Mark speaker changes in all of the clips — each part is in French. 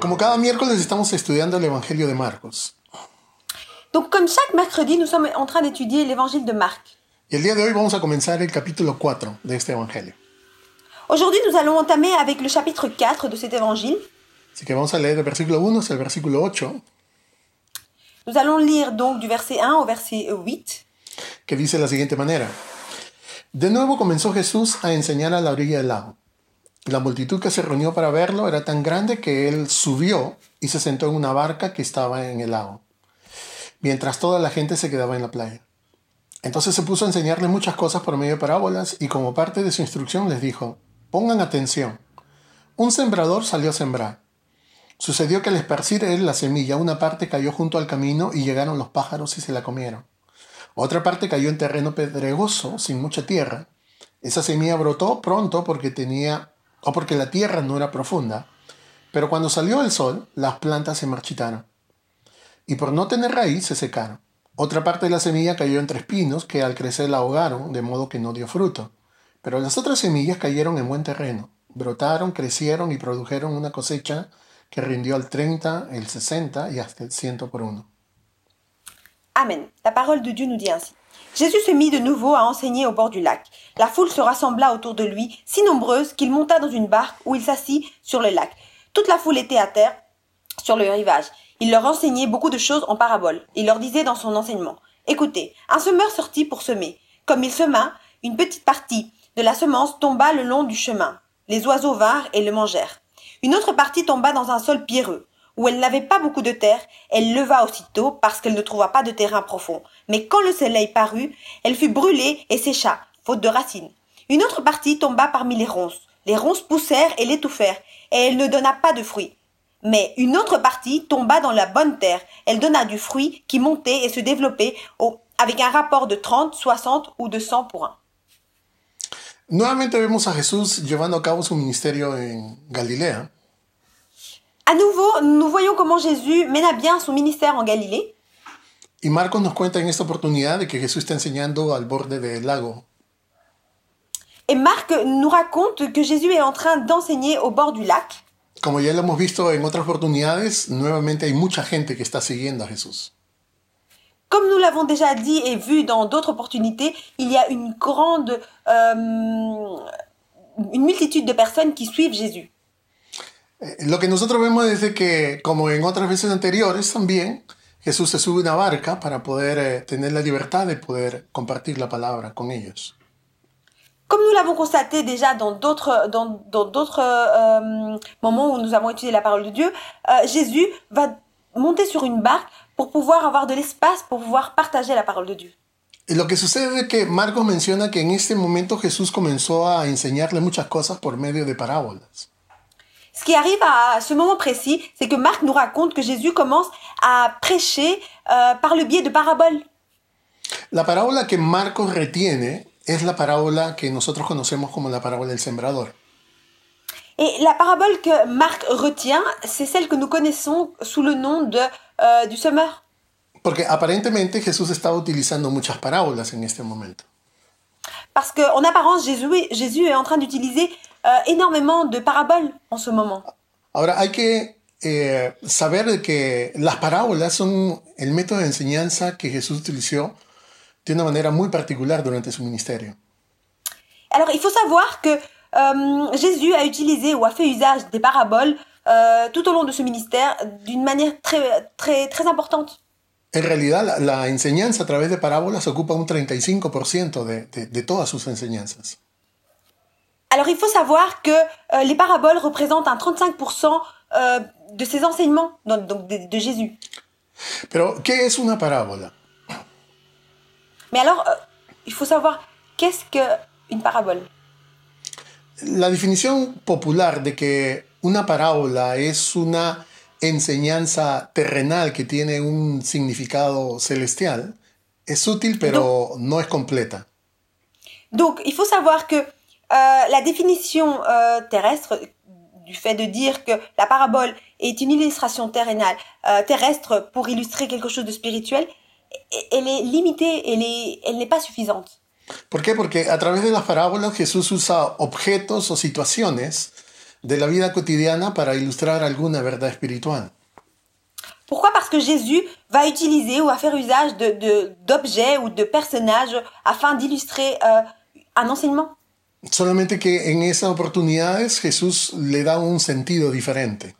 Speaker 1: Como cada miércoles estamos estudiando el Evangelio de Marcos.
Speaker 2: Donc comme chaque mercredi, nous sommes en train d'étudier l'évangile de Marc.
Speaker 1: Y el día de hoy vamos a comenzar el capítulo 4 de este Evangelio.
Speaker 2: Aujourd'hui, nous allons entamer avec le chapitre 4 de cet évangile.
Speaker 1: Así que vamos a leer el versículo 1 hasta el versículo 8,
Speaker 2: Nous allons lire donc du verset 1 au verset 8.
Speaker 1: que dice de la siguiente manera. De nuevo comenzó Jesús a enseñar a la orilla del lago. La multitud que se reunió para verlo era tan grande que él subió y se sentó en una barca que estaba en el lago, mientras toda la gente se quedaba en la playa. Entonces se puso a enseñarles muchas cosas por medio de parábolas y como parte de su instrucción les dijo, pongan atención. Un sembrador salió a sembrar. Sucedió que al esparcir él la semilla, una parte cayó junto al camino y llegaron los pájaros y se la comieron. Otra parte cayó en terreno pedregoso, sin mucha tierra. Esa semilla brotó pronto porque tenía o porque la tierra no era profunda, pero cuando salió el sol, las plantas se marchitaron y por no tener raíz se secaron. Otra parte de la semilla cayó entre espinos que al crecer la ahogaron, de modo que no dio fruto. Pero las otras semillas cayeron en buen terreno, brotaron, crecieron y produjeron una cosecha que rindió al 30, el 60 y hasta el 100 por uno.
Speaker 2: Amen. La parole de Dieu nous dit ainsi. Jésus se mit de nouveau à enseigner au bord du lac. La foule se rassembla autour de lui, si nombreuse qu'il monta dans une barque où il s'assit sur le lac. Toute la foule était à terre, sur le rivage. Il leur enseignait beaucoup de choses en parabole. Il leur disait dans son enseignement Écoutez, un semeur sortit pour semer. Comme il sema, une petite partie de la semence tomba le long du chemin. Les oiseaux vinrent et le mangèrent. Une autre partie tomba dans un sol pierreux, où elle n'avait pas beaucoup de terre, elle leva aussitôt parce qu'elle ne trouva pas de terrain profond. Mais quand le soleil parut, elle fut brûlée et sécha, faute de racines. Une autre partie tomba parmi les ronces. Les ronces poussèrent et l'étouffèrent, et elle ne donna pas de fruits. Mais une autre partie tomba dans la bonne terre. Elle donna du fruit qui montait et se développait au- avec un rapport de 30, 60 ou de 100 pour un.
Speaker 1: Nuevamente vemos a Jesús llevando a cabo su ministerio en Galilea.
Speaker 2: À nouveau, nous voyons comment Jésus mena bien son ministère en Galilée.
Speaker 1: Y Marcos nos cuenta en esta oportunidad de que Jesús está enseñando al borde del lago.
Speaker 2: Et Marc nous raconte que Jésus est en train d'enseigner au bord du lac.
Speaker 1: Como ya lo hemos visto en otras oportunidades, nuevamente hay mucha gente que está siguiendo a Jesús.
Speaker 2: Comme nous l'avons déjà dit et vu dans d'autres opportunités, il y a une grande, euh, une multitude de personnes qui suivent Jésus.
Speaker 1: Eh, Lo que nosotros vemos es de que, como en otras veces anteriores también, Jesús se sube a una barca para poder eh, tener la libertad de poder compartir la palabra con ellos.
Speaker 2: Comme nous l'avons constaté déjà dans d'autres dans, dans d'autres euh, euh, moments où nous avons étudié la parole de Dieu, euh, Jésus va monter sur une barque pour pouvoir avoir de l'espace pour pouvoir partager la parole de Dieu.
Speaker 1: Y lo que sucede es que Marcos menciona que en este momento Jesús comenzó a enseñarle muchas cosas por medio de parábolas.
Speaker 2: Ce qui arrive à ce moment précis, c'est que Marc nous raconte que Jésus commence à prêcher euh, par le biais de paraboles.
Speaker 1: La parábola que Marcos retiene es la parábola que nosotros conocemos como la parábola del sembrador.
Speaker 2: Et la parabole que Marc retient, c'est celle que nous connaissons sous le nom de, euh, du semeur.
Speaker 1: Porque aparentemente Jesús estaba utilizando muchas parábolas en este momento.
Speaker 2: Parce que en apparence, Jésus est, Jésus est en train d'utiliser euh, énormément de paraboles en ce moment.
Speaker 1: Ahora, hay que eh, saber de que las parábolas son el método de enseñanza que Jesús utilizó de una manera muy particular durante su ministerio.
Speaker 2: Alors, il faut savoir que euh, Jésus a utilisé ou a fait usage des paraboles euh, tout au long de ce ministère d'une manière très, très, très importante.
Speaker 1: En realidad, la, la enseñanza a través de parábolas ocupa un 35% de, de- de todas sus enseñanzas.
Speaker 2: Alors, il faut savoir que euh, les paraboles représentent un 35% euh, de ses enseignements, donc donc de- de Jésus.
Speaker 1: Pero, ¿qué es una parábola?
Speaker 2: Mais alors, euh, il faut savoir qu'est-ce que une parabole.
Speaker 1: La definición popular de que una parábola es una enseñanza terrenal que tiene un significado celestial es útil pero no es completa.
Speaker 2: Donc, il faut savoir que euh, la définition euh, terrestre du fait de dire que la parabole est une illustration terrénale, euh, terrestre pour illustrer quelque chose de spirituel, e- elle est limitée, elle est- elle n'est pas suffisante.
Speaker 1: ¿Por qué? Porque a través de las parábolas Jesús usa objetos o situaciones de la vida cotidiana para ilustrar alguna verdad espiritual.
Speaker 2: Pourquoi Parce que Jésus va utiliser ou va faire usage de- de- d'objets ou de personnages afin d'illustrer euh, un enseignement.
Speaker 1: Solamente que en esas oportunidades Jesús le da un sentido différente.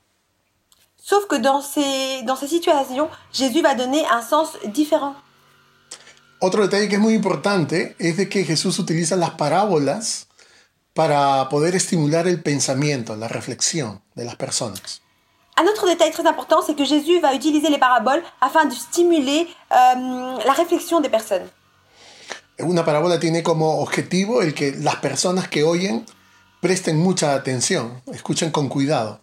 Speaker 2: Sauf que dans ces, dans ces situations, Jésus va donner un sens différent.
Speaker 1: Otro detalle que es muy importante es de que Jesús utiliza las parábolas para poder estimular el pensamiento, la reflexión de las personas.
Speaker 2: Un autre détail très important, c'est que Jésus va utiliser les paraboles afin de stimuler euh, la réflexion des personnes.
Speaker 1: Una parábola tiene como objetivo el que las personas que oyen presten mucha atención, escuchen con cuidado.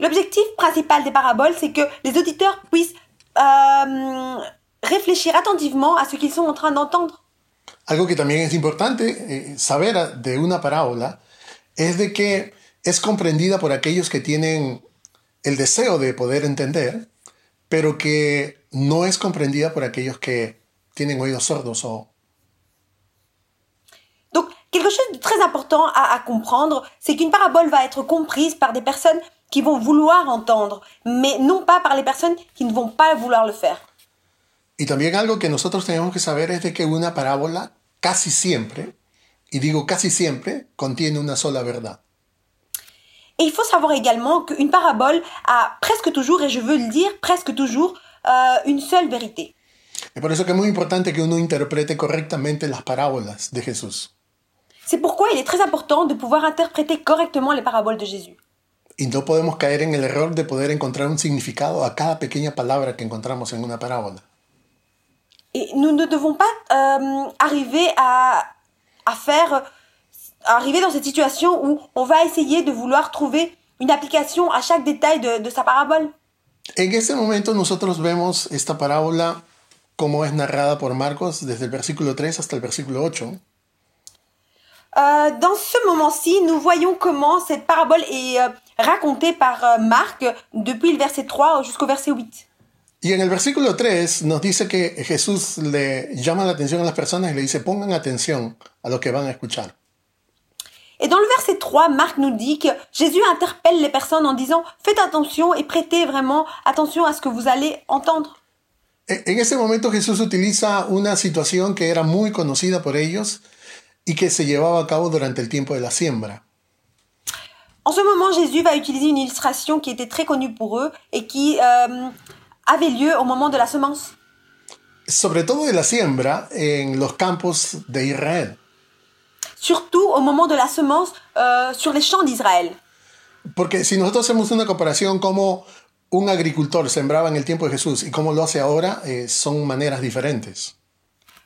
Speaker 2: L'objectif principal des paraboles, c'est que les auditeurs puissent euh, réfléchir attentivement à ce qu'ils sont en train d'entendre.
Speaker 1: Algo que también es importante eh, saber a- de una parábola es de que es comprendida por aquellos que tienen el deseo de poder entender, pero que no es comprendida por aquellos que tienen oídos sordos o
Speaker 2: Donc, quelque chose de très important à, à comprendre, c'est qu'une parabole va être comprise par des personnes qui vont vouloir entendre, mais non pas par les personnes qui ne vont pas vouloir le faire.
Speaker 1: Y también algo que nosotros tenemos que saber es de que una parábola casi siempre, y digo casi siempre, contiene una sola verdad.
Speaker 2: Et il faut savoir également qu'une parabole a presque toujours, et je veux le dire, presque toujours, euh, une seule vérité.
Speaker 1: Es por eso que es muy importante que uno interprete correctamente las parábolas de Jesús.
Speaker 2: C'est pourquoi il est très important de pouvoir interpréter correctement les paraboles de Jésus.
Speaker 1: Y no podemos caer en el error de poder encontrar un significado a cada pequeña palabra que encontramos en una parábola.
Speaker 2: Et nous ne devons pas euh, arriver à, à faire, à arriver dans cette situation où on va essayer de vouloir trouver une application à chaque détail de, de sa parabole.
Speaker 1: En este momento nosotros vemos esta parábola como es narrada por Marcos desde el versículo 3 hasta el versículo 8.
Speaker 2: Euh, dans ce moment-ci, nous voyons comment cette parabole est euh, racontée par euh, Marc depuis le verset 3 jusqu'au verset 8.
Speaker 1: Y en el versículo 3 nos dice que Jesús le llama la atención a las personas y le dice, pongan atención a lo que van a escuchar.
Speaker 2: Et dans le verset 3, Marc nous dit que Jésus interpelle les personnes en disant Faites attention et prêtez vraiment attention à ce que vous allez entendre.
Speaker 1: E- En ese momento Jesús utiliza una situación que era muy conocida por ellos y que se llevaba a cabo durante el tiempo de la siembra.
Speaker 2: En ce moment, Jésus va utiliser une illustration qui était très connue pour eux et qui euh, avait lieu au moment de la semence.
Speaker 1: Sobre todo de la siembra en los campos de Israel.
Speaker 2: Surtout au moment de la semence euh, sur les champs d'Israël.
Speaker 1: Porque si nosotros hacemos una comparación como un agricultor sembraba en el tiempo de Jesús y cómo lo hace ahora, eh, son maneras diferentes.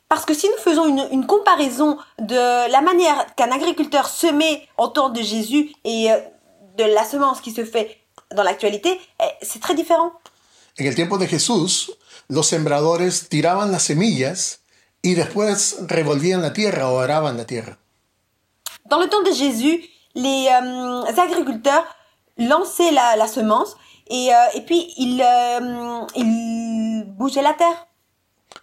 Speaker 2: Parce que si nous faisons une, une comparaison de la manière qu'un agriculteur semait en temps de Jésus et euh, de la semence qui se fait dans l'actualité, eh, c'est très différent.
Speaker 1: En el tiempo de Jesús, los sembradores tiraban las semillas y después revolvían la tierra o araban la tierra.
Speaker 2: Dans le temps de Jésus, les euh, agriculteurs lançaient la, la semence et, euh, et puis ils, euh, ils bougeaient la terre.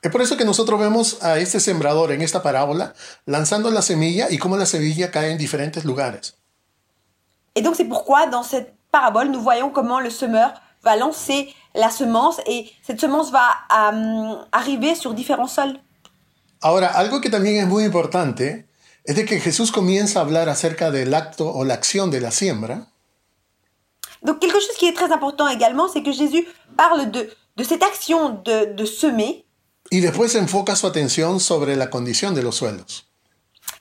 Speaker 1: Es por eso que nosotros vemos a este sembrador en esta parábola lanzando la semilla y cómo la semilla cae en diferentes lugares.
Speaker 2: Et donc c'est pourquoi dans cette parabole, nous voyons comment le semeur va lancer la semence et cette semence va euh, arriver sur différents sols.
Speaker 1: Ahora, algo que también es muy importante es de que Jesús comienza a hablar acerca del acto o la acción de la siembra
Speaker 2: Donc quelque chose qui est très important également, c'est que Jésus parle de, de cette action de, de semer
Speaker 1: y después enfoca su atención sobre la condición de los suelos.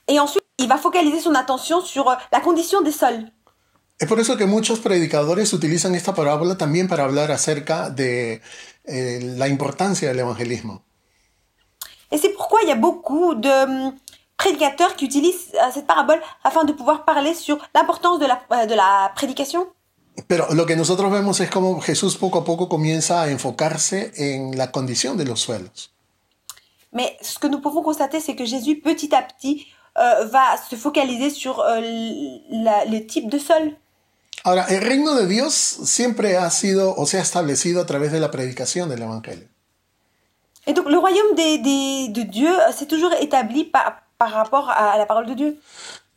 Speaker 2: et ensuite il va focaliser son attention sur euh, la condition des sols.
Speaker 1: Es por eso que muchos predicadores utilizan esta parábola también para hablar acerca de eh, la importancia del evangelismo.
Speaker 2: Et c'est pourquoi il y a beaucoup de hum, prédicateurs qui utilisent euh, cette parabole afin de pouvoir parler sur l'importance de la, euh, de la prédication.
Speaker 1: Pero lo que nosotros vemos es cómo Jesús poco a poco comienza a enfocarse en la condición de los suelos.
Speaker 2: Mais ce que nous pouvons constater, c'est que Jésus, petit à petit, euh, va se focaliser sur euh, l- la- le type de sol.
Speaker 1: Ahora, el reino de Dios siempre ha sido o se ha establecido a través de la predicación del Evangelio.
Speaker 2: Et donc le royaume des, des- de Dieu euh, s'est toujours établi par, par rapport à la parole de Dieu.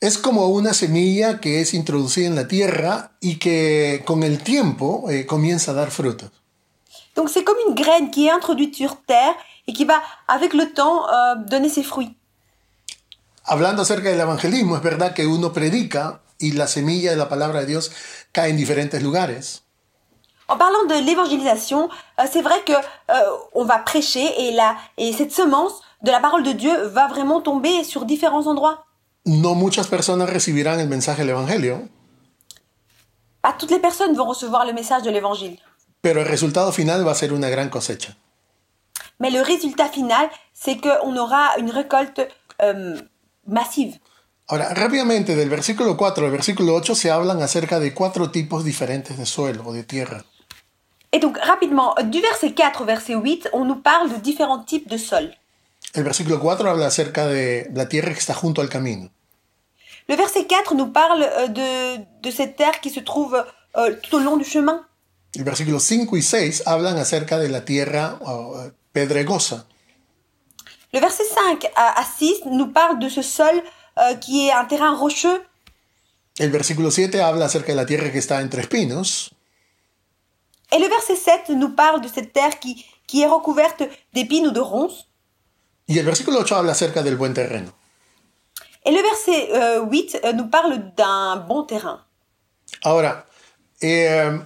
Speaker 1: Es como una semilla que es introducida en la tierra y que con el tiempo eh, comienza a dar frutos.
Speaker 2: Donc c'est comme une graine qui est introduite sur terre et qui va, avec le temps, euh, donner ses fruits.
Speaker 1: Hablando acerca del evangelismo, es verdad que uno predica y la semilla de la palabra de Dios cae en diferentes lugares.
Speaker 2: En parlant de l'évangélisation, euh, c'est vrai que euh, on va prêcher et la et cette semence de la parole de Dieu va vraiment tomber sur différents endroits.
Speaker 1: No muchas personas recibirán el mensaje del evangelio,
Speaker 2: Pas toutes les personnes vont recevoir le message de l'évangile,
Speaker 1: pero el resultado final va a ser una gran cosecha.
Speaker 2: mais le résultat final, c'est qu'on aura une récolte euh, massive.
Speaker 1: Ahora, rápidamente, del versículo 4 al versículo 8 se hablan acerca de cuatro tipos diferentes de suelo o de tierra.
Speaker 2: Et donc rapidement, euh, du verset 4 au verset 8, on nous parle de différents types de sols.
Speaker 1: El versículo 4 habla acerca de la tierra que está junto al camino.
Speaker 2: Le verset 4 nous parle euh, de, de cette terre qui se trouve euh, tout au long du chemin.
Speaker 1: El versículo 5 y 6 hablan acerca de la tierra oh, eh, pedregosa.
Speaker 2: Le verset 5 à, à 6 nous parle de ce sol euh, qui est un terrain rocheux.
Speaker 1: El versículo 7 habla acerca de la tierra que está entre espinos.
Speaker 2: Et le verset 7 nous parle de cette terre qui, qui est recouverte d'épines ou de ronces.
Speaker 1: Y el versículo 8 habla acerca del buen terreno.
Speaker 2: Et le verset euh, 8 euh, nous parle d'un bon terrain.
Speaker 1: Ahora, eh,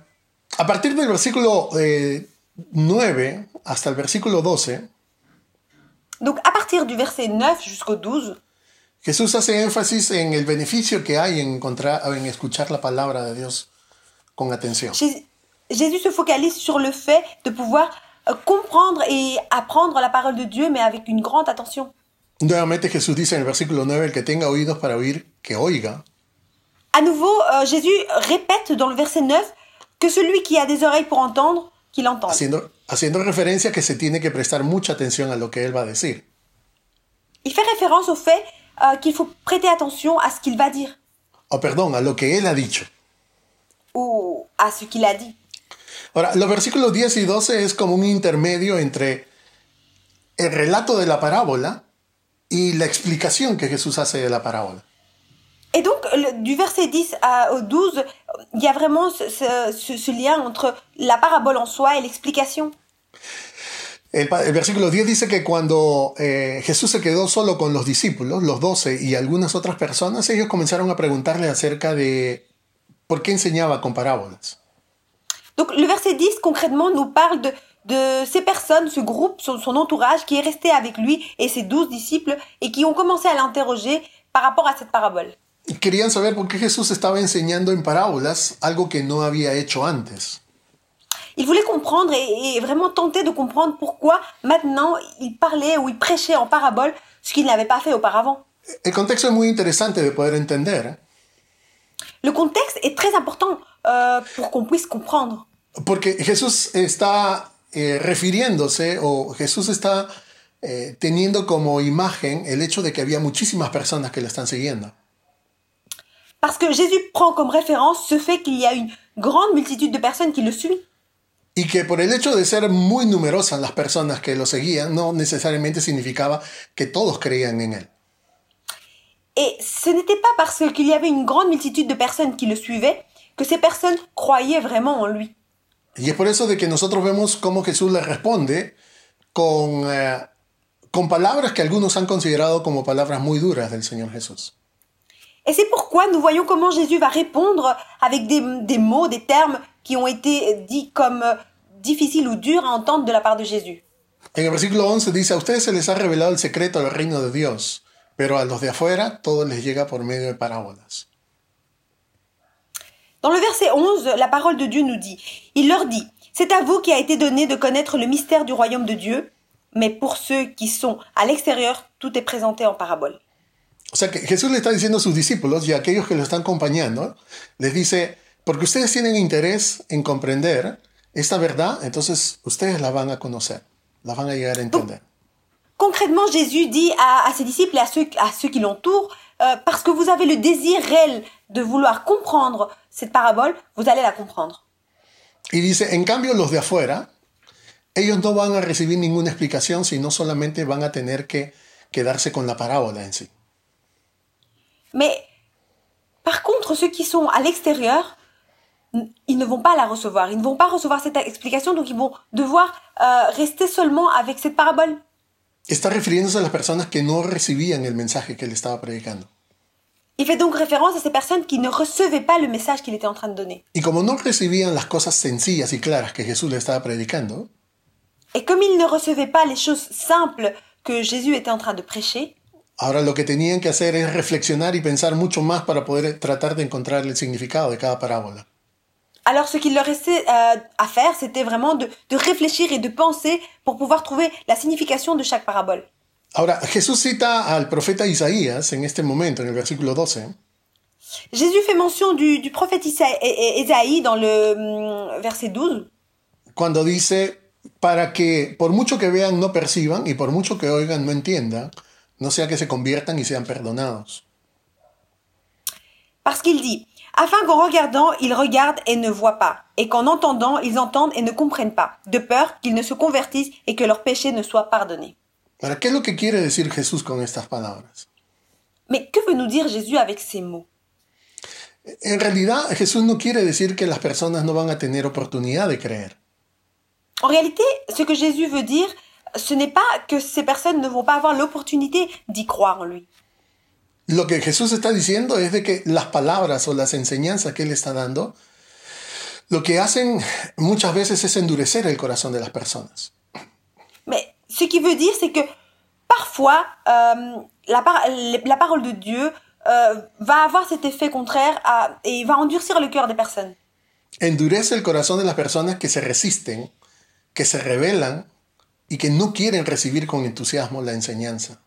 Speaker 1: a partir del versículo eh, 9 hasta el versículo 12,
Speaker 2: Donc à partir du verset 9 jusqu'au 12,
Speaker 1: Jesús hace énfasis en el beneficio que hay en, encontrar, en escuchar la palabra de Dios con atención.
Speaker 2: Jésus, Jésus se focalise sur le fait de pouvoir euh, comprendre et apprendre la parole de Dieu, mais avec une grande attention.
Speaker 1: Nuevamente Jesús dice en el versículo 9, el que tenga oídos para oír, que oiga.
Speaker 2: À nouveau, euh, Jésus répète dans le verset 9 que celui qui a des oreilles pour entendre, qu'il entende.
Speaker 1: haciendo, haciendo referencia a que se tiene que prestar mucha atención a lo que él va a decir.
Speaker 2: Il fait référence au fait euh, qu'il faut prêter attention à ce qu'il va dire
Speaker 1: O perdón, a lo que él ha dicho.
Speaker 2: ou à ce qu'il a dit.
Speaker 1: Ahora, los versículos 10 y 12 es como un intermedio entre el relato de la parábola y la explicación que Jesús hace de la parábola.
Speaker 2: Et donc, le- du verset 10 à, au 12, euh, il y a vraiment ce, ce- ce- ce lien entre la parabole en soi et l'explication.
Speaker 1: El, pa- el versículo 10 dice que cuando eh, Jesús se quedó solo con los discípulos, los 12 y algunas otras personas, ellos comenzaron a preguntarle acerca de por qué enseñaba con parábolas.
Speaker 2: Donc, le verset 10, concrètement, nous parle de, de ces personnes, ce groupe, son, son entourage qui est resté avec lui et ses douze disciples et qui ont commencé à l'interroger par rapport à cette parabole.
Speaker 1: Y Querían saber por qué Jesús estaba enseñando en parábolas algo que no había hecho antes.
Speaker 2: Ils voulaient comprendre et, et vraiment tenter de comprendre pourquoi maintenant il parlait ou il prêchait en parabole ce qu'il n'avait pas fait auparavant.
Speaker 1: El contexto es muy interesante de poder entender,
Speaker 2: Le contexte est très important euh, pour qu'on puisse comprendre.
Speaker 1: porque Jesús está eh, refiriéndose o Jesús está eh, teniendo como imagen el hecho de que había muchísimas personas que le están siguiendo.
Speaker 2: Parce que Jésus prend comme référence ce fait qu'il y a une grande multitude de personnes qui le suivent.
Speaker 1: Y que por el hecho de ser muy numerosas las personas que lo seguían, no necesariamente significaba que todos creían en él.
Speaker 2: Et ce n'était pas parce qu'il y avait une grande multitude de personnes qui le suivaient que ces personnes croyaient vraiment en lui.
Speaker 1: Y es por eso de que nosotros vemos cómo Jesús le responde con, eh, con palabras que algunos han considerado como palabras muy duras del Señor Jesús.
Speaker 2: Et c'est pourquoi nous voyons comment Jésus va répondre avec des, des mots, des termes qui ont été dits comme euh, difficiles ou durs à entendre de la part de Jésus.
Speaker 1: En el versículo 11 dice, a ustedes se les ha revelado el secreto del reino de Dios, pero a los de afuera todo les llega por medio de parábolas.
Speaker 2: Dans le verset 11, la parole de Dieu nous dit, Il leur dit, C'est à vous qui a été donné de connaître le mystère du royaume de Dieu, mais pour ceux qui sont à l'extérieur, tout est présenté en parabole.
Speaker 1: O sea que Jesús le está diciendo a sus discípulos y a aquellos que lo están acompañando, les dice, porque ustedes tienen interés en comprender esta verdad, entonces ustedes la van a conocer, la van a llegar a entender.
Speaker 2: Concrètement, Jésus dit à, à ses disciples et à ceux, à ceux qui l'entourent, euh, parce que vous avez le désir réel de vouloir comprendre cette parabole, vous allez la comprendre.
Speaker 1: Y dice, en cambio los de afuera, ellos no van a recibir ninguna explicación, sino solamente van a tener que quedarse con la parábola en sí.
Speaker 2: Mais contre ceux qui sont à l'extérieur, ils ne vont pas la recevoir. Ils ne vont pas recevoir cette explication, donc ils vont devoir euh, rester seulement avec cette parabole.
Speaker 1: Está refiriéndose a las personas que no recibían el mensaje que él estaba predicando.
Speaker 2: Il fait donc référence à ces personnes qui ne recevaient pas le message qu'il était en train de donner.
Speaker 1: Y como no recibían las cosas sencillas y claras que Jesús le estaba predicando,
Speaker 2: Et comme ils ne recevaient pas les choses simples que Jésus était en train de prêcher,
Speaker 1: ahora lo que tenían que hacer es reflexionar y pensar mucho más para poder tratar de encontrar el significado de cada parábola.
Speaker 2: alors ce qu'il leur restait euh, à faire, c'était vraiment de, de réfléchir et de penser pour pouvoir trouver la signification de chaque parabole.
Speaker 1: Ahora, Jesús cita al profeta Isaías en este momento, en el versículo 12,
Speaker 2: Jésus fait mention du, du prophète Isa- é- é- Ésaïe dans le hum, verset 12.
Speaker 1: cuando dice, para que por mucho que vean no perciban y por mucho que oigan no entiendan, no sea que se conviertan y sean perdonados.
Speaker 2: Parce qu'il dit, afin qu'en regardant, ils regardent et ne voient pas, et qu'en entendant, ils entendent et ne comprennent pas, de peur qu'ils ne se convertissent et que leurs péchés ne soient pardonnés.
Speaker 1: Ahora, ¿qué es lo que quiere decir Jesús con estas palabras?
Speaker 2: Mais que veut nous dire Jésus avec ces mots
Speaker 1: En realidad, Jesús no quiere decir que las personas no van a tener oportunidad de creer.
Speaker 2: En réalité, ce que Jésus veut dire, ce n'est pas que ces personnes ne vont pas avoir l'opportunité d'y croire en lui.
Speaker 1: Lo que Jesús está diciendo es de que las palabras o las enseñanzas que Él está dando, lo que hacen muchas veces es endurecer el corazón de las personas.
Speaker 2: Mais ce qui veut dire, c'est que parfois, euh, la, par- la parole de Dieu euh, va avoir cet effet contraire à, et va endurcir le cœur des personnes.
Speaker 1: Endurece el corazón de las personas que se resisten, que se rebelan y que no quieren recibir con entusiasmo la enseñanza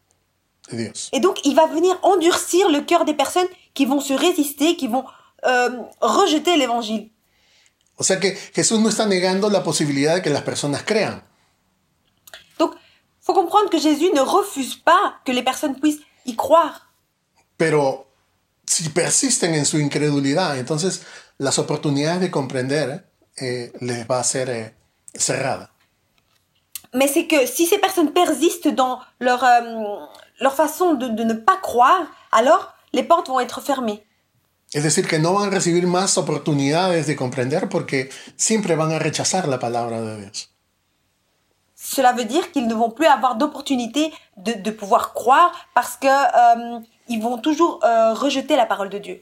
Speaker 1: de Dios.
Speaker 2: Et donc, il va venir endurcir le cœur des personnes qui vont se résister, qui vont euh, rejeter l'évangile.
Speaker 1: O sea que Jesús no está negando la posibilidad de que las personas crean.
Speaker 2: Donc, faut comprendre que Jésus ne refuse pas que les personnes puissent y croire.
Speaker 1: Pero si persisten en su incredulidad, entonces las oportunidades de comprender eh, les va a ser eh, cerrada.
Speaker 2: Mais c'est que si ces personnes persistent dans leur, euh, leur façon de, de ne pas croire, alors les portes vont être fermées.
Speaker 1: Es decir, que no van a recibir más oportunidades de comprender porque siempre van a rechazar la palabra de Dios.
Speaker 2: Cela veut dire qu'ils ne vont plus avoir d'opportunité de, de pouvoir croire parce que euh, ils vont toujours euh, rejeter la parole de Dieu.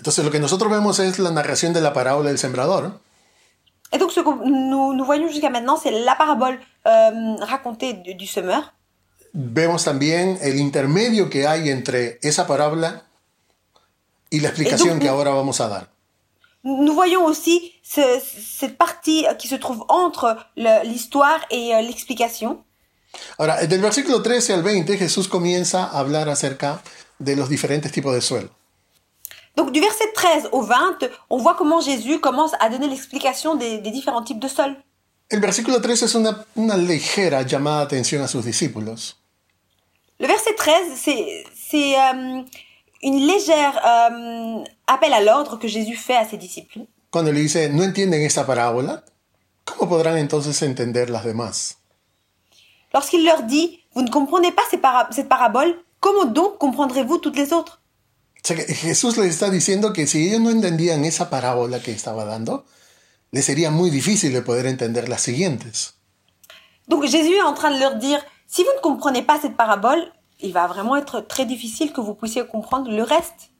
Speaker 1: Entonces lo que nosotros vemos es la narración de la parábola del sembrador,
Speaker 2: Et donc ce que nous, nous voyons jusqu'à maintenant, c'est la parabole euh, racontée du, du semeur.
Speaker 1: vemos también el intermedio que hay entre esa parábola y la explicación que ahora vamos a dar.
Speaker 2: Nous voyons aussi ce- cette partie qui se trouve entre le- l'histoire et euh, l'explication.
Speaker 1: Ahora, del versículo 13 al 20, Jesús comienza a hablar acerca de los diferentes tipos de suelo.
Speaker 2: Donc du verset 13 au 20, on voit comment Jésus commence à donner l'explication des, des différents types de sols.
Speaker 1: El versículo 3 es una, una ligera llamada de atención a sus discípulos.
Speaker 2: Le verset 13, c'est c'est, euh, une légère euh, appel à l'ordre que Jésus fait à ses disciples.
Speaker 1: Cuando le dice, no entienden esta parábola, ¿cómo podrán entonces entender las demás?
Speaker 2: Lorsqu'il leur dit, vous ne comprenez pas ces para- cette parabole, comment donc comprendrez-vous toutes les autres
Speaker 1: O sea que Jesús les está diciendo que si ellos no entendían esa parábola que estaba dando, les sería muy difícil de poder entender las siguientes.
Speaker 2: Donc Jésus est en train de leur dire, si vous ne comprenez pas cette parabole, il va vraiment être très difficile que vous puissiez comprendre le reste.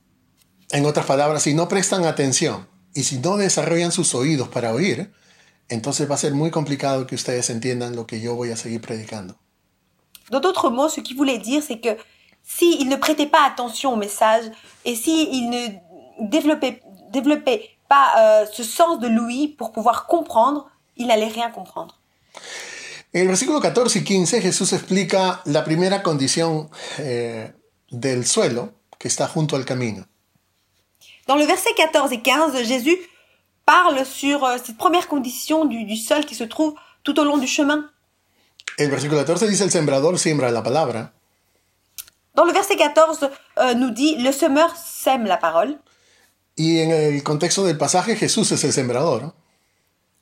Speaker 1: En otras palabras, si no prestan atención y si no desarrollan sus oídos para oír, entonces va a ser muy complicado que ustedes entiendan lo que yo voy a seguir predicando.
Speaker 2: Dans d'autres mots, ce qu'il voulait dire, c'est que s'ils ne prêtaient pas attention au message et s'ils ne développaient, développaient pas euh, ce sens de l'ouïe pour pouvoir comprendre, ils n'allaient rien comprendre.
Speaker 1: En el versículo 14 y 15 Jesús explica la primera condición eh, del suelo que está junto al camino.
Speaker 2: Dans le verset 14 et 15, Jésus parle sur euh, cette première condition du, du sol qui se trouve tout au long du chemin.
Speaker 1: El versículo 14 dice el sembrador siembra la palabra.
Speaker 2: Dans le verset 14, euh, nous dit le semeur sème la parole.
Speaker 1: Y en el contexto del pasaje Jesús es el sembrador.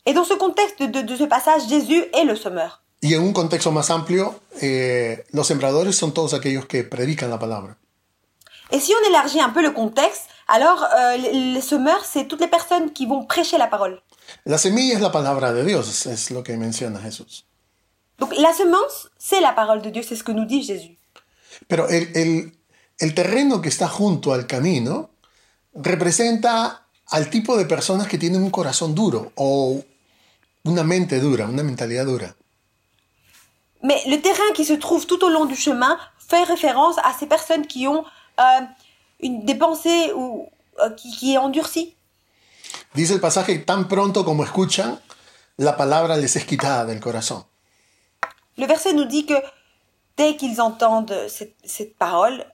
Speaker 2: Et dans ce contexte de, de ce passage, Jésus est le semeur.
Speaker 1: Y en un contexto más amplio, eh, los sembradores son todos aquellos que predican la palabra.
Speaker 2: Et si on élargit un peu le contexte, Alors, euh, les les semeurs, c'est toutes les personnes qui vont prêcher la parole.
Speaker 1: La semilla es la palabra de Dios, es lo que menciona Jesús.
Speaker 2: Donc, la semence, c'est la parole de Dieu, c'est ce que nous dit Jésus.
Speaker 1: Pero el, el- el terreno que está junto al camino representa al tipo de personas que tienen un corazón duro o una mente dura, una mentalidad dura.
Speaker 2: Mais le terrain qui se trouve tout au long du chemin fait référence à ces personnes qui ont euh, une, des pensées ou, euh, qui, qui est endurcie.
Speaker 1: Dice el pasaje, tan pronto como escuchan, la palabra les es quitada del corazón.
Speaker 2: Le verset nous dit que dès qu'ils entendent cette, cette parole,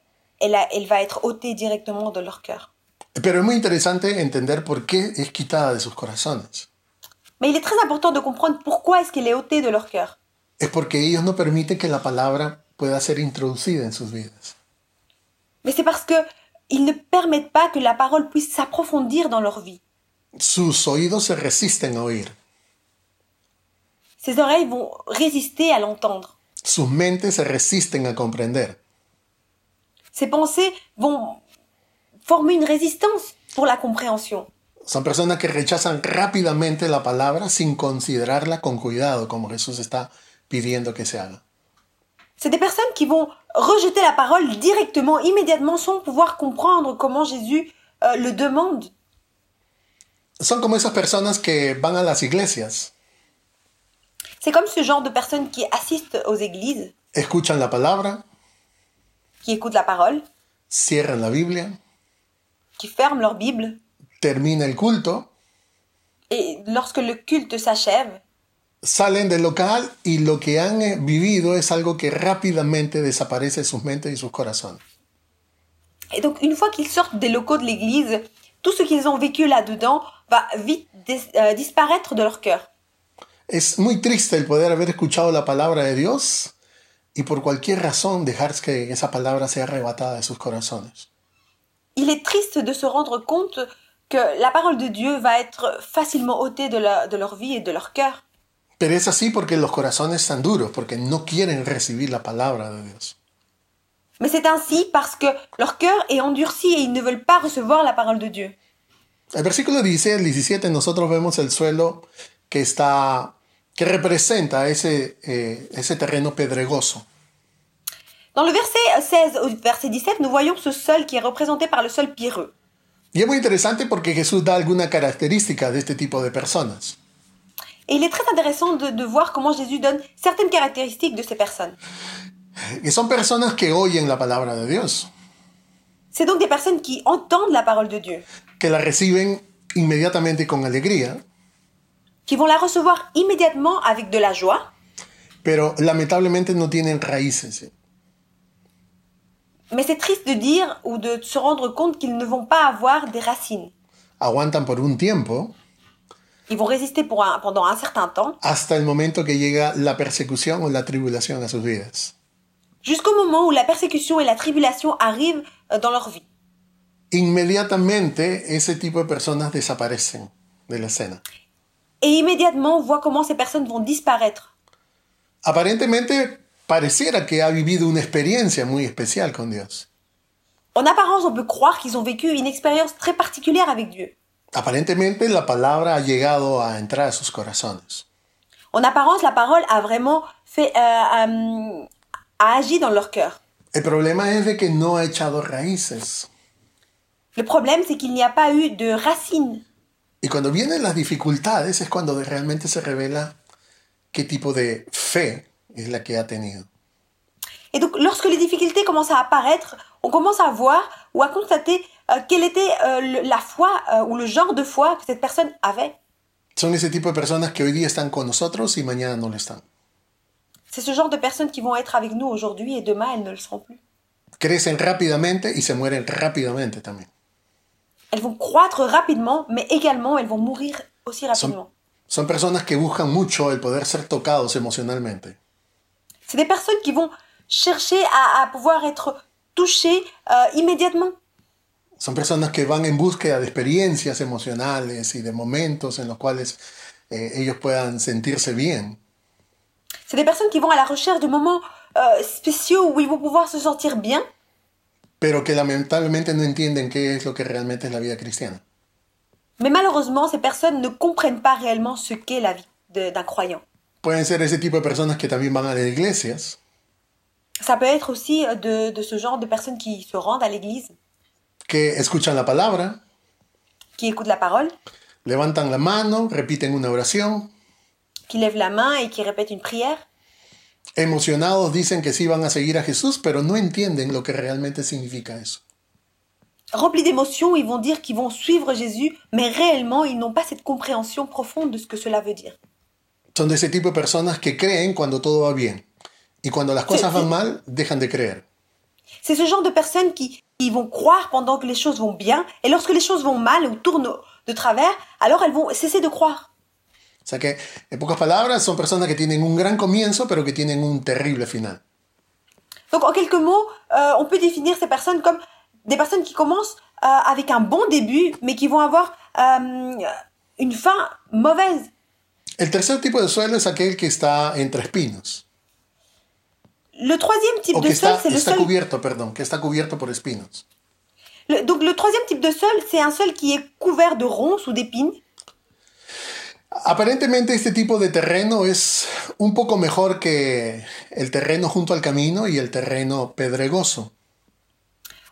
Speaker 2: elle, a- elle va être ôtée directement de leur cœur.
Speaker 1: Pero es muy interesante entender por qué es quitada de sus corazones.
Speaker 2: Mais il est très important de comprendre pourquoi est-ce qu'elle est ôtée de leur cœur.
Speaker 1: Es porque ellos no permiten que la palabra pueda ser introducida en sus vidas.
Speaker 2: Mais c'est parce que ils ne permettent pas que la parole puisse s'approfondir dans leur vie.
Speaker 1: Sus oídos se resisten a oír,
Speaker 2: Ces oreilles vont résister à l'entendre.
Speaker 1: sus mentes se resisten a comprender.
Speaker 2: Ces pensées vont former une résistance pour la compréhension.
Speaker 1: Son personas que rechazan rápidamente la palabra sin considerarla con cuidado, como Jesús está pidiendo que se haga.
Speaker 2: C'est des personnes qui vont rejeter la parole directement, immédiatement, sans pouvoir comprendre comment Jésus euh, le demande.
Speaker 1: Son como esas personas que van a las iglesias,
Speaker 2: C'est comme ce genre de personnes qui assistent aux églises,
Speaker 1: escuchan la palabra,
Speaker 2: qui écoutent la parole,
Speaker 1: cierran la Biblia,
Speaker 2: qui ferment leur Bible,
Speaker 1: termina el culto,
Speaker 2: et lorsque le culte s'achève,
Speaker 1: salen del local y lo que han eh, vivido es algo que rápidamente desaparece de sus mentes y sus corazones.
Speaker 2: et donc une fois qu'ils sortent des locaux de l'église, tout ce qu'ils ont vécu là-dedans va vite dis- euh, disparaître de leur cœur.
Speaker 1: Es muy triste el poder haber escuchado la palabra de Dios y por cualquier razón dejar que esa palabra sea arrebatada de sus corazones.
Speaker 2: Il est triste de se rendre compte que la parole de Dieu va être facilement ôtée de, la- de leur vie et de leur cœur.
Speaker 1: Pero es así porque los corazones están duros, porque no quieren recibir la palabra de Dios.
Speaker 2: Mais c'est ainsi parce que leur cœur est endurci et ils ne veulent pas recevoir la parole de Dieu.
Speaker 1: El versículo 16 al 17 nosotros vemos el suelo que está que representa ese, eh, ese terreno pedregoso.
Speaker 2: Dans le verset euh, 16 au verset 17, nous voyons ce sol qui est représenté par le sol pierreux.
Speaker 1: Y es muy interesante porque Jesús da alguna característica de este tipo de personas.
Speaker 2: Et il est très intéressant de, de voir comment Jésus donne certaines caractéristiques de ces personnes.
Speaker 1: Que son personas que oyen la palabra de Dios,
Speaker 2: C'est donc des personnes qui entendent la parole de Dieu,
Speaker 1: que la reciben inmediatamente con alegría,
Speaker 2: qui vont la recevoir immédiatement avec de la joie,
Speaker 1: pero lamentablemente no tienen raíces.
Speaker 2: mais c'est triste de dire ou de se rendre compte qu'ils ne vont pas avoir des racines.
Speaker 1: Aguantan por un tiempo
Speaker 2: Ils vont résister pour un- pendant un certain temps,
Speaker 1: hasta el momento que llega la persecución o la tribulación a sus vidas.
Speaker 2: jusqu'au moment où la persécution et la tribulation arrivent euh, dans leur vie.
Speaker 1: inmediatamente ese tipo de personas desaparecen de la escena.
Speaker 2: Et immédiatement, on voit comment ces personnes vont disparaître.
Speaker 1: Aparentemente pareciera que ha vivido una experiencia muy especial con Dios.
Speaker 2: En apparence, on peut croire qu'ils ont vécu une expérience très particulière avec Dieu.
Speaker 1: Aparentemente la palabra ha llegado a entrar a sus corazones.
Speaker 2: En apparence, la parole a vraiment fait, euh, euh, a agi dans leur cœur.
Speaker 1: El problema es de que no ha echado raíces.
Speaker 2: Le problème, c'est qu'il n'y a pas eu de racines.
Speaker 1: Y cuando vienen las dificultades es cuando realmente se revela qué tipo de fe es la que ha tenido.
Speaker 2: Et donc, lorsque les difficultés commencent à apparaître, on commence à voir ou à constater euh, quelle était euh, le- la foi euh, ou le genre de foi que cette personne avait.
Speaker 1: Son ese tipo de personas que hoy día están con nosotros y mañana no lo están.
Speaker 2: C'est ce genre de personnes qui vont être avec nous aujourd'hui et demain, elles ne le seront plus.
Speaker 1: Crecen rápidamente y se mueren rápidamente también.
Speaker 2: Elles vont croître rapidement, mais également, elles vont mourir aussi rapidement.
Speaker 1: Son, son personas que buscan mucho el poder ser tocados emocionalmente.
Speaker 2: C'est des personnes qui vont chercher à, à pouvoir être touchées euh, immédiatement.
Speaker 1: Son personas que van en búsqueda de experiencias emocionales y de momentos en los cuales eh, ellos puedan sentirse bien.
Speaker 2: C'est des personnes qui vont à la recherche de moments euh, spéciaux où ils vont pouvoir se sentir bien,
Speaker 1: pero que lamentablemente no entienden qué es lo que realmente es la vida cristiana.
Speaker 2: Mais malheureusement, ces personnes ne comprennent pas réellement ce qu'est la vie de- d'un croyant.
Speaker 1: Pueden ser ese tipo de personas que también van a las iglesias,
Speaker 2: Ça peut être aussi euh, de, de ce genre de personnes qui se rendent à l'église,
Speaker 1: que escuchan la palabra,
Speaker 2: qui écoutent la parole,
Speaker 1: levantan la mano, repiten una oración,
Speaker 2: qui lèvent la main et qui répètent une prière.
Speaker 1: emocionados dicen que sí van a seguir a Jesús, pero no entienden lo que realmente significa eso.
Speaker 2: Remplis d'émotions, ils vont dire qu'ils vont suivre Jésus, mais réellement, ils n'ont pas cette compréhension profonde de ce que cela veut dire.
Speaker 1: Son de ese tipo de personas que creen cuando todo va bien y cuando las cosas
Speaker 2: Sí,
Speaker 1: van
Speaker 2: sí.
Speaker 1: mal dejan de creer.
Speaker 2: C'est ce genre de personnes qui, qui vont croire pendant que les choses vont bien, et lorsque les choses vont mal ou tournent au- de travers, alors elles vont cesser de croire.
Speaker 1: O sea que, en pocas palabras, son personas que tienen un gran comienzo, pero que tienen un terrible final.
Speaker 2: Donc en quelques mots, euh, on peut définir ces personnes comme des personnes qui commencent euh, avec un bon début, mais qui vont avoir euh, une fin mauvaise.
Speaker 1: El tercer tipo de suelo es aquel que está entre espinos,
Speaker 2: Le troisième type
Speaker 1: o que
Speaker 2: de sol,
Speaker 1: está,
Speaker 2: c'est le
Speaker 1: está
Speaker 2: sol.
Speaker 1: cubierto, perdón, que está cubierto por espinos.
Speaker 2: le- donc le troisième type de sol, c'est un sol qui est couvert de ronces ou d'épines.
Speaker 1: Aparentemente este tipo de terreno es un poco mejor que el terreno junto al camino y el terreno pedregoso.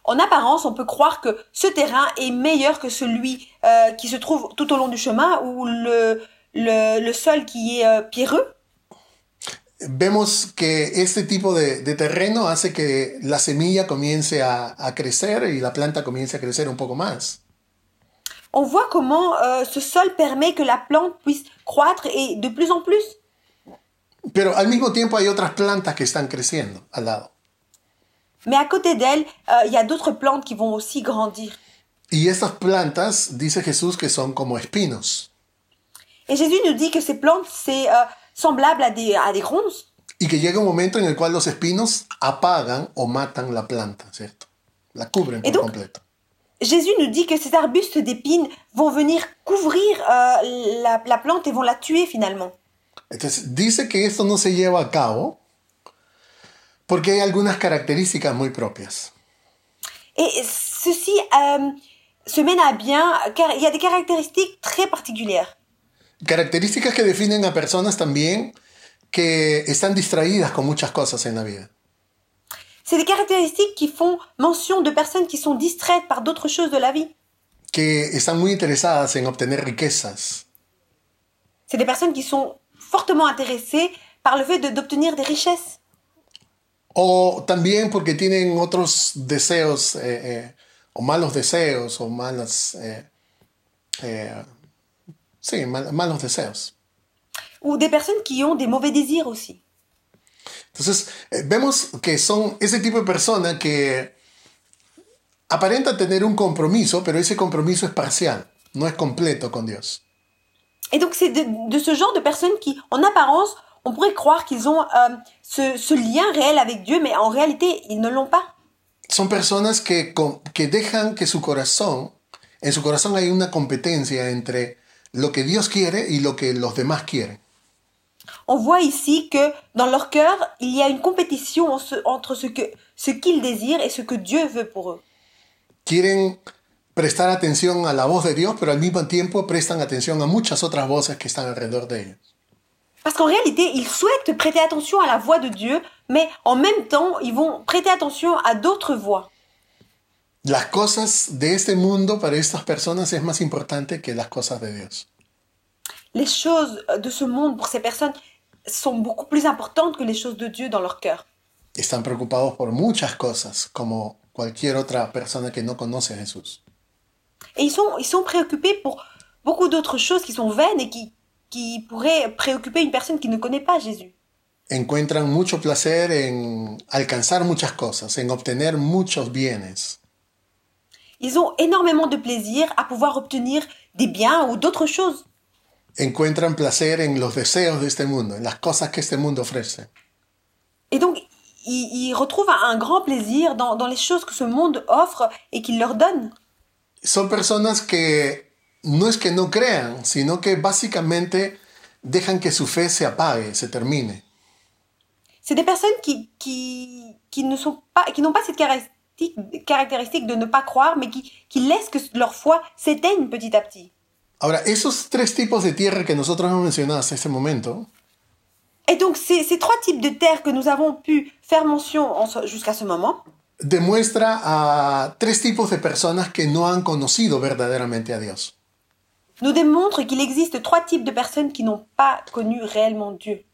Speaker 2: En apparence, on peut croire que ce terrain est meilleur que celui euh, qui se trouve tout au long du chemin ou le, le, le sol qui est euh, pierreux.
Speaker 1: Vemos que este tipo de, de terreno hace que la semilla comience a, a crecer y la planta comience a crecer un poco más.
Speaker 2: On voit comment euh, ce sol permet que la plante puisse croître et de plus en plus.
Speaker 1: Pero al mismo tiempo hay otras plantas que están creciendo al lado.
Speaker 2: Mais à côté d'elle, euh, il y a d'autres plantes qui vont aussi grandir.
Speaker 1: Y estas plantas, dice Jesús, que son como espinos
Speaker 2: Et Jésus nous dit que ces plantes, c'est euh, semblable à des, à des ronces.
Speaker 1: y que llega un momento en el cual los espinos apagan o matan la planta, ¿cierto? La cubren por
Speaker 2: ¿Y tú?
Speaker 1: completo.
Speaker 2: Jésus nous dit que ces arbustes d'épines vont venir couvrir euh, la, la plante et vont la tuer finalement.
Speaker 1: Entonces, dice que esto no se lleva a cabo porque hay algunas características muy propias.
Speaker 2: Et ceci euh, se mène à bien car il y a des caractéristiques très particulières.
Speaker 1: Características que definen a personas también que están distraídas con muchas cosas en la vida.
Speaker 2: C'est des caractéristiques qui font mention de personnes qui sont distraites par d'autres choses de la vie.
Speaker 1: que están muy interesadas en obtener riquezas,
Speaker 2: C'est des personnes qui sont fortement intéressées par le fait de- d'obtenir des richesses.
Speaker 1: o también porque tienen otros deseos, eh, eh, o malos deseos, o malas... eh, eh, sí, mal- malos deseos.
Speaker 2: ou des personnes qui ont des mauvais désirs aussi.
Speaker 1: Entonces, eh, vemos que son ese tipo de persona que aparenta tener un compromiso, pero ese compromiso es parcial, no es completo con Dios.
Speaker 2: Et donc c'est de, de ce genre de personnes qui, en apparence, on pourrait croire qu'ils ont euh, ce, ce lien réel avec Dieu, mais en réalité, ils ne l'ont pas.
Speaker 1: Son personas que, con- que dejan que su corazón, en su corazón hay una competencia entre lo que Dios quiere y lo que los demás quieren.
Speaker 2: On voit ici que dans leur cœur, il y a une compétition en ce- entre ce que ce qu'ils désirent et ce que Dieu veut pour eux.
Speaker 1: Quieren prestar atención a la voz de Dios, pero al mismo tiempo prestan atención a muchas otras voces que están alrededor de ellos.
Speaker 2: Parce qu'en réalité, ils souhaitent prêter attention à la voix de Dieu, mais en même temps, ils vont prêter attention à d'autres voix.
Speaker 1: Las cosas de este mundo para estas personas es más importante que las cosas de Dios.
Speaker 2: Les choses euh, de ce monde pour ces personnes sont beaucoup plus importantes que les choses de Dieu dans leur cœur.
Speaker 1: Están preocupados por muchas cosas, como cualquier otra persona que no conoce a Jesús.
Speaker 2: Et ils sont, ils sont préoccupés pour beaucoup d'autres choses qui sont vaines et qui, qui pourraient préoccuper une personne qui ne connaît pas Jésus.
Speaker 1: encuentran mucho placer en alcanzar muchas cosas, en obtener muchos bienes.
Speaker 2: Ils ont énormément de plaisir à pouvoir obtenir des biens ou d'autres choses.
Speaker 1: Encuentran placer en los deseos de este mundo, en las cosas que este mundo ofrece.
Speaker 2: Et donc, ils, ils retrouvent un, un grand plaisir dans, dans les choses que ce monde offre et qu'il leur donne.
Speaker 1: Son personas que no es que no crean, sino que básicamente dejan que su fe se apague, se termine.
Speaker 2: C'est des personnes qui, qui, qui ne sont pas, qui n'ont pas cette cara- caractéristique, caractéristique de ne pas croire, mais qui, qui laisse que leur foi s'éteigne petit à petit.
Speaker 1: Ahora, esos tres tipos de tierra que nosotros hemos mencionado hasta este momento,
Speaker 2: Et donc ces, ces trois types de terres que nous avons pu faire mention en ce- jusqu'à ce moment
Speaker 1: demuestra a tres tipos de personas que no han conocido verdaderamente a Dios.
Speaker 2: nous démontrent qu'il existe trois types de personnes qui n'ont pas connu réellement Dieu.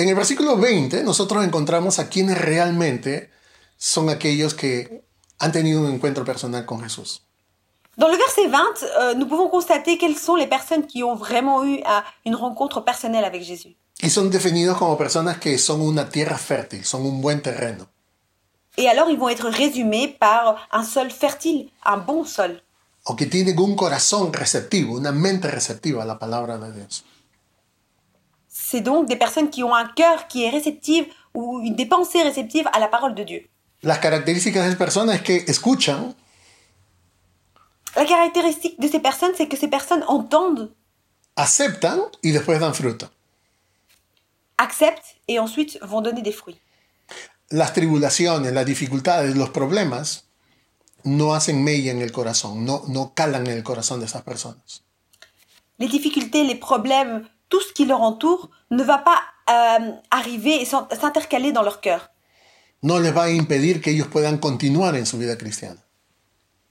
Speaker 1: En el versículo 20 nosotros encontramos a quienes realmente son aquellos que han tenido un encuentro personal con Jesús.
Speaker 2: Dans le verset 20, euh, nous pouvons constater quelles sont les personnes qui ont vraiment eu à une rencontre personnelle avec Jésus.
Speaker 1: Y son definidos como personas que son una tierra fértil, son un buen terreno.
Speaker 2: Et alors ils vont être résumés par un sol fertile, un bon sol,
Speaker 1: o que tienen un corazón receptivo, una mente receptiva a la palabra de Dios.
Speaker 2: C'est donc des personnes qui ont un cœur qui est réceptif ou une- des pensées réceptives à la parole de Dieu.
Speaker 1: Las características de esas personas es que escuchan,
Speaker 2: La caractéristique de ces personnes, c'est que ces personnes entendent,
Speaker 1: aceptan y después dan fruto.
Speaker 2: acceptent et ensuite vont donner des fruits.
Speaker 1: Las tribulaciones, las dificultades, los problemas no hacen mella en el corazón, no, no calan en el corazón de esas personas.
Speaker 2: Les difficultés, les problèmes, tout ce qui leur entoure ne va pas euh, arriver et s'en- s'intercaler dans leur cœur.
Speaker 1: No les va a impedir que ellos puedan continuar en su vida cristiana.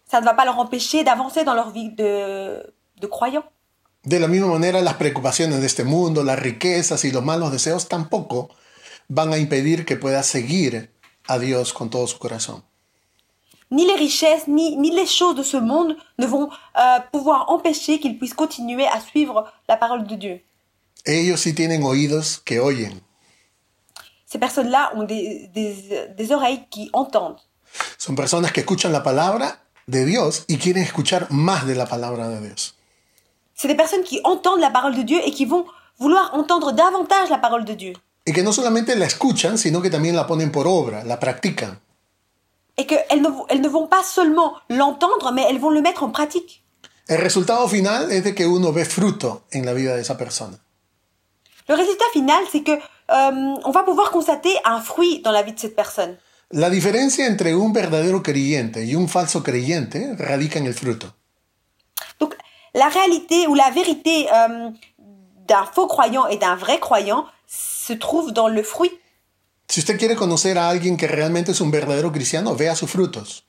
Speaker 2: Ça ne va pas leur empêcher d'avancer dans leur vie de, de croyant.
Speaker 1: De la misma manera, las preocupaciones de este mundo, las riquezas y los malos deseos tampoco van a impedir que puedas seguir a Dios con todo su corazón.
Speaker 2: Ni les richesses, ni, ni les choses de ce monde ne vont euh, pouvoir empêcher qu'ils puissent continuer à suivre la parole de Dieu.
Speaker 1: Ellos sí tienen oídos que oyen.
Speaker 2: Ces personnes-là ont des, des- des oreilles qui entendent.
Speaker 1: Son personas que escuchan la palabra de Dios y quieren escuchar más de la palabra de Dios.
Speaker 2: C'est des personnes qui entendent la parole de Dieu et qui vont vouloir entendre davantage la parole de Dieu.
Speaker 1: Y que no solamente la escuchan, sino que también la ponen por obra, la practican.
Speaker 2: Et qu'elles ne, elles ne vont pas seulement l'entendre, mais elles vont le mettre en pratique.
Speaker 1: El resultado final es de que uno ve fruto en la vida de esa persona.
Speaker 2: Le résultat final, c'est que euh, on va pouvoir constater un fruit dans la vie de cette personne.
Speaker 1: La diferencia entre un verdadero creyente y un falso creyente radica en el fruto.
Speaker 2: Donc, la réalité ou la vérité euh, d'un faux croyant et d'un vrai croyant se trouve dans le fruit.
Speaker 1: Si usted quiere conocer a alguien que realmente es un verdadero cristiano, vea sus frutos.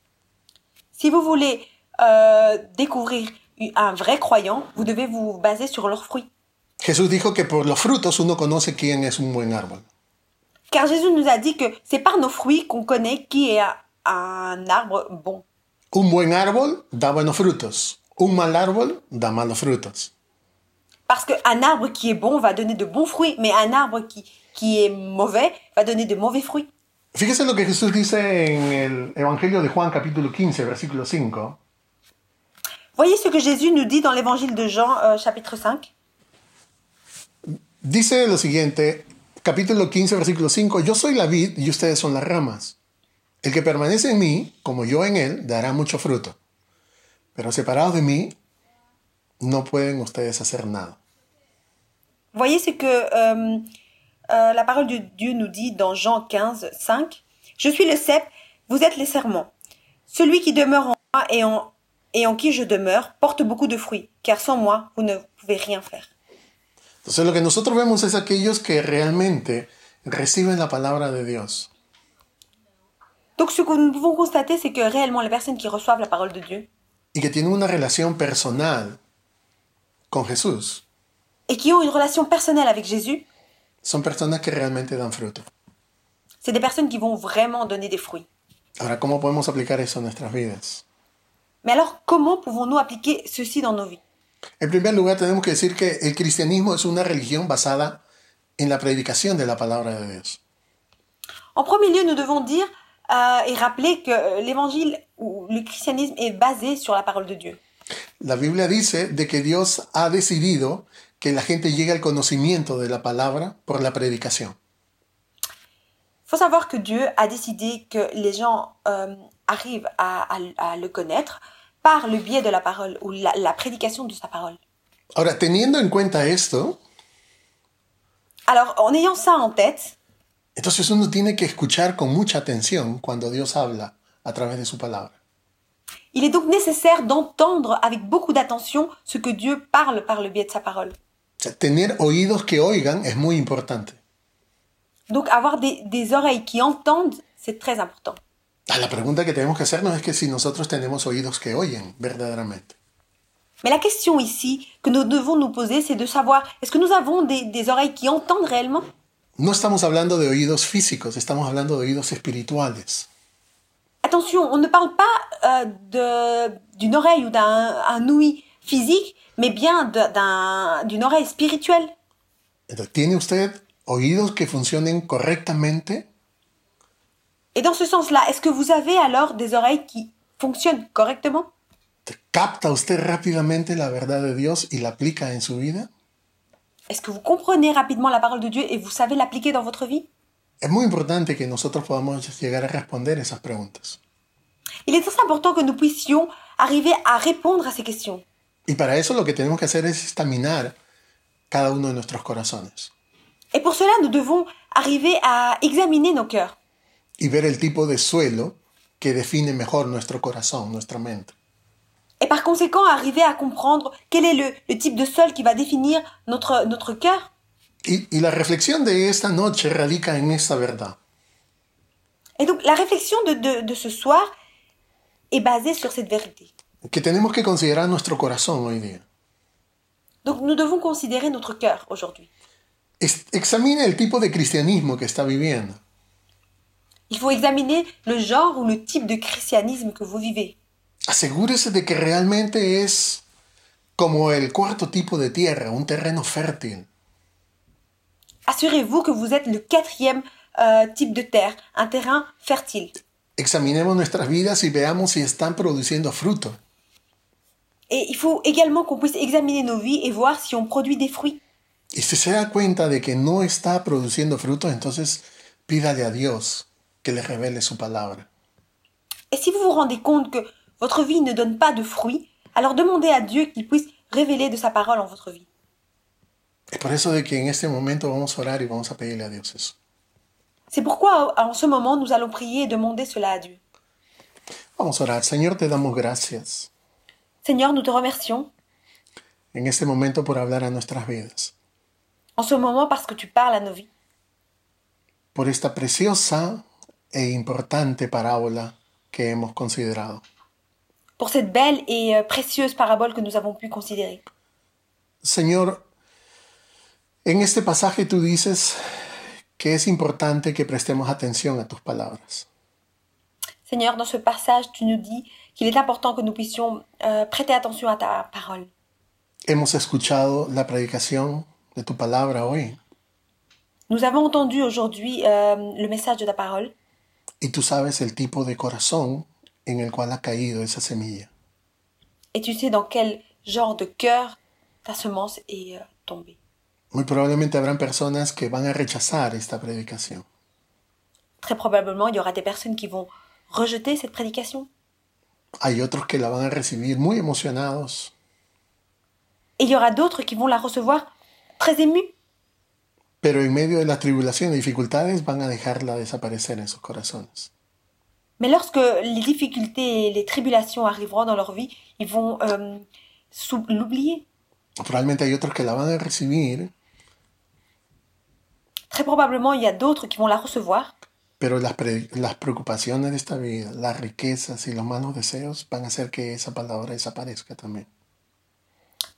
Speaker 2: Si vous voulez euh, découvrir un vrai croyant, vous devez vous baser sur leurs fruits.
Speaker 1: Jesús dijo que por los frutos uno conoce quién es un buen árbol.
Speaker 2: Car Jésus nous a dit que c'est par nos fruits qu'on connaît qui est un, un arbre bon.
Speaker 1: Un buen árbol da buenos frutos. Un mal árbol da malos frutos.
Speaker 2: Parce qu'un arbre qui est bon va donner de bons fruits, mais un arbre qui, qui est mauvais va donner de mauvais fruits.
Speaker 1: Fíjese lo que Jesús dice en el Evangelio de Juan capítulo 15, versículo 5.
Speaker 2: Voyez ce que Jésus nous dit dans l'évangile de Jean, euh, chapitre 5.
Speaker 1: Dice lo siguiente, capítulo 15, versículo 5, Yo soy la vid y ustedes son las ramas. El que permanece en mí, como yo en él, dará mucho fruto. Pero separados de mí, no pueden ustedes hacer nada.
Speaker 2: Voyez ce que euh, euh, la parole de Dieu nous dit dans Jean 15, 5. Je suis le cep, vous êtes les serments. Celui qui demeure en moi et en, et en qui je demeure porte beaucoup de fruits, car sans moi, vous ne pouvez rien faire.
Speaker 1: Entonces lo que nosotros vemos es aquellos que realmente reciben la palabra de Dios,
Speaker 2: Donc ce que nous pouvons constater, c'est que réellement les personnes qui reçoivent la parole de Dieu
Speaker 1: y que tienen una relación personal con Jesús
Speaker 2: et qui ont une relation personnelle avec Jésus,
Speaker 1: son personas que realmente dan fruto.
Speaker 2: c'est des personnes qui vont vraiment donner des fruits.
Speaker 1: Ahora, ¿cómo podemos aplicar eso a nuestras vidas?
Speaker 2: Mais alors comment pouvons-nous appliquer ceci dans nos vies
Speaker 1: En primer lugar, tenemos que decir que el cristianismo es una religión basada en la predicación de la palabra de Dios.
Speaker 2: En premier lieu, nous devons dire euh, et rappeler que euh, l'évangile ou le christianisme est basé sur la parole de Dieu.
Speaker 1: La Biblia dice de que Dios ha decidido que la gente llegue al conocimiento de la palabra por la predicación.
Speaker 2: Il faut savoir que Dieu a décidé que les gens euh, arrivent à, à- à le connaître par le biais de la parole ou la- la prédication de sa parole.
Speaker 1: Ahora, teniendo en cuenta esto,
Speaker 2: Alors, en ayant ça en tête,
Speaker 1: entonces uno tiene que escuchar con mucha atención cuando Dios habla a través de su palabra.
Speaker 2: Il est donc nécessaire d'entendre avec beaucoup d'attention ce que Dieu parle par le biais de sa parole.
Speaker 1: O sea, tener oídos que oigan es muy importante.
Speaker 2: Donc avoir des, des oreilles qui entendent, c'est très important.
Speaker 1: Ah, La pregunta que tenemos que hacernos es que si nosotros tenemos oídos que oyen verdaderamente.
Speaker 2: Mais la question ici que nous devons nous poser, c'est de savoir, est-ce que nous avons des, des oreilles qui entendent réellement
Speaker 1: No estamos hablando de oídos físicos, estamos hablando de oídos espirituales.
Speaker 2: Attention, on ne parle pas euh, de- d'une oreille ou d'un un ouïe physique, mais bien de- d'un- d'une oreille spirituelle.
Speaker 1: Entonces, ¿tiene usted oídos que funcionen correctamente?
Speaker 2: Et dans ce sens-là, est-ce que vous avez alors des oreilles qui fonctionnent correctement
Speaker 1: ¿Capta usted rápidamente la verdad de Dios y la aplica en su vida?
Speaker 2: Est-ce que vous comprenez rapidement la parole de Dieu et vous savez l'appliquer dans votre vie
Speaker 1: Es muy importante que nosotros podamos llegar a responder esas preguntas.
Speaker 2: Il est très important que nous puissions arriver à répondre à ces questions.
Speaker 1: Y para eso lo que tenemos que hacer es estaminar cada uno de nuestros corazones
Speaker 2: Et pour cela, nous devons arriver à examiner nos cœurs
Speaker 1: y ver el tipo de suelo que define mejor nuestro corazón, nuestra mente.
Speaker 2: et par conséquent arriver à comprendre quel est le, le type de sol qui va définir notre, notre cœur.
Speaker 1: Y, y la reflexión de esta noche radica en esta verdad.
Speaker 2: Et donc la réflexion de, de, de ce soir est basée sur cette vérité.
Speaker 1: que tenemos que considerar nuestro corazón hoy día.
Speaker 2: Donc nous devons considérer notre cœur aujourd'hui.
Speaker 1: Es- examine el tipo de cristianismo que está viviendo.
Speaker 2: Il faut examiner le genre ou le type de christianisme que vous vivez.
Speaker 1: Asegúrese de que realmente es como el cuarto tipo de tierra, un terreno fértil.
Speaker 2: Assurez-vous que vous êtes le quatrième euh, type de terre, un terrain fertile.
Speaker 1: Examinemos nuestras vidas y veamos si están produciendo fruto.
Speaker 2: Et il faut également qu'on puisse examiner nos vies et voir si on produit des fruits.
Speaker 1: Y si se da cuenta de que no está produciendo fruto, entonces pídale a Dios que le revele su palabra.
Speaker 2: Et si vous vous rendez compte que votre vie ne donne pas de fruits, alors demandez à Dieu qu'il puisse révéler de sa parole en votre vie.
Speaker 1: Es por eso de que en este momento vamos a orar y vamos a pedirle a Dios eso.
Speaker 2: C'est pourquoi euh, en ce moment nous allons prier et demander cela à Dieu.
Speaker 1: Vamos a orar. Señor, te damos gracias
Speaker 2: Seigneur, nous te remercions
Speaker 1: en este momento por hablar a nuestras vidas.
Speaker 2: en ce moment parce que tu parles à nos vies,
Speaker 1: por esta preciosa e importante parábola que hemos considerado.
Speaker 2: pour cette belle et euh, précieuse parabole que nous avons pu considérer.
Speaker 1: Señor, en este pasaje tú dices que es importante que prestemos atención a tus palabras.
Speaker 2: Seigneur, dans ce passage, tu nous dis qu'il est important que nous puissions euh, prêter attention à ta parole.
Speaker 1: Hemos escuchado la predicación de tu palabra hoy
Speaker 2: Nous avons entendu aujourd'hui euh, le message de ta parole
Speaker 1: y tú sabes el tipo de corazón en el cual ha caído esa semilla.
Speaker 2: et tu sais dans quel genre de cœur ta semence est euh, tombée.
Speaker 1: Muy probablemente habrán personas que van a rechazar esta predicación,
Speaker 2: Très probablement, il y aura des personnes qui vont rejeter cette prédication
Speaker 1: hay otros que la van a recibir muy emocionados,
Speaker 2: et il y aura d'autres qui vont la recevoir très émues.
Speaker 1: pero en medio de la tribulación y dificultades van a dejarla desaparecer en sus corazones.
Speaker 2: Mais lorsque les difficultés et les tribulations arriveront dans leur vie, ils vont euh, sou- l'oublier.
Speaker 1: Probablemente hay otros que la van a recibir,
Speaker 2: Très probablement, il y a d'autres qui vont la recevoir
Speaker 1: pero las, pre- las preocupaciones de esta vida, las riquezas y los malos deseos van a hacer que esa palabra desaparezca también.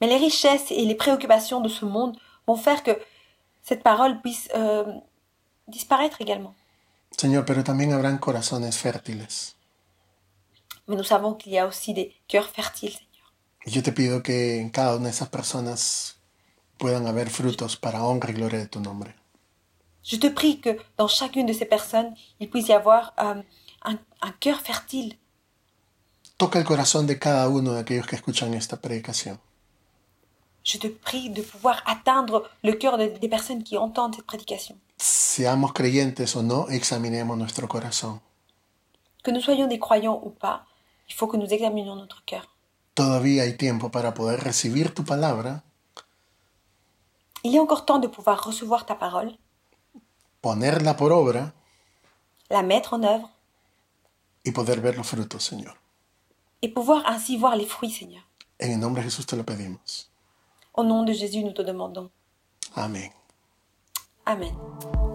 Speaker 2: Mais les richesses et les préoccupations de ce monde vont faire que cette parole puisse euh, disparaître également.
Speaker 1: Señor, pero también habrán corazones fértiles.
Speaker 2: Mais nous savons qu'il y a aussi des cœurs fertiles, Seigneur.
Speaker 1: Y yo te pido que en cada una de esas personas puedan haber frutos para honra y gloria de tu nombre.
Speaker 2: Je te prie que dans chacune de ces personnes, il puisse y avoir euh, un, un cœur fertile.
Speaker 1: Toca el corazón de cada uno de aquellos que escuchan esta predicación.
Speaker 2: Je te prie de pouvoir atteindre le cœur de- des personnes qui entendent cette prédication.
Speaker 1: Seamos creyentes o no, examinemos nuestro corazón.
Speaker 2: Que nous soyons des croyants ou pas, il faut que nous examinions notre cœur.
Speaker 1: Todavía hay tiempo para poder recibir tu palabra,
Speaker 2: Il est encore temps de pouvoir recevoir ta parole,
Speaker 1: ponerla por obra
Speaker 2: la mettre en œuvre
Speaker 1: y poder ver los frutos, Señor.
Speaker 2: et pouvoir ainsi voir les fruits, Seigneur.
Speaker 1: En el nombre de Jesús te lo pedimos.
Speaker 2: Au nom de Jésus, nous te demandons.
Speaker 1: Amén.
Speaker 2: Amen.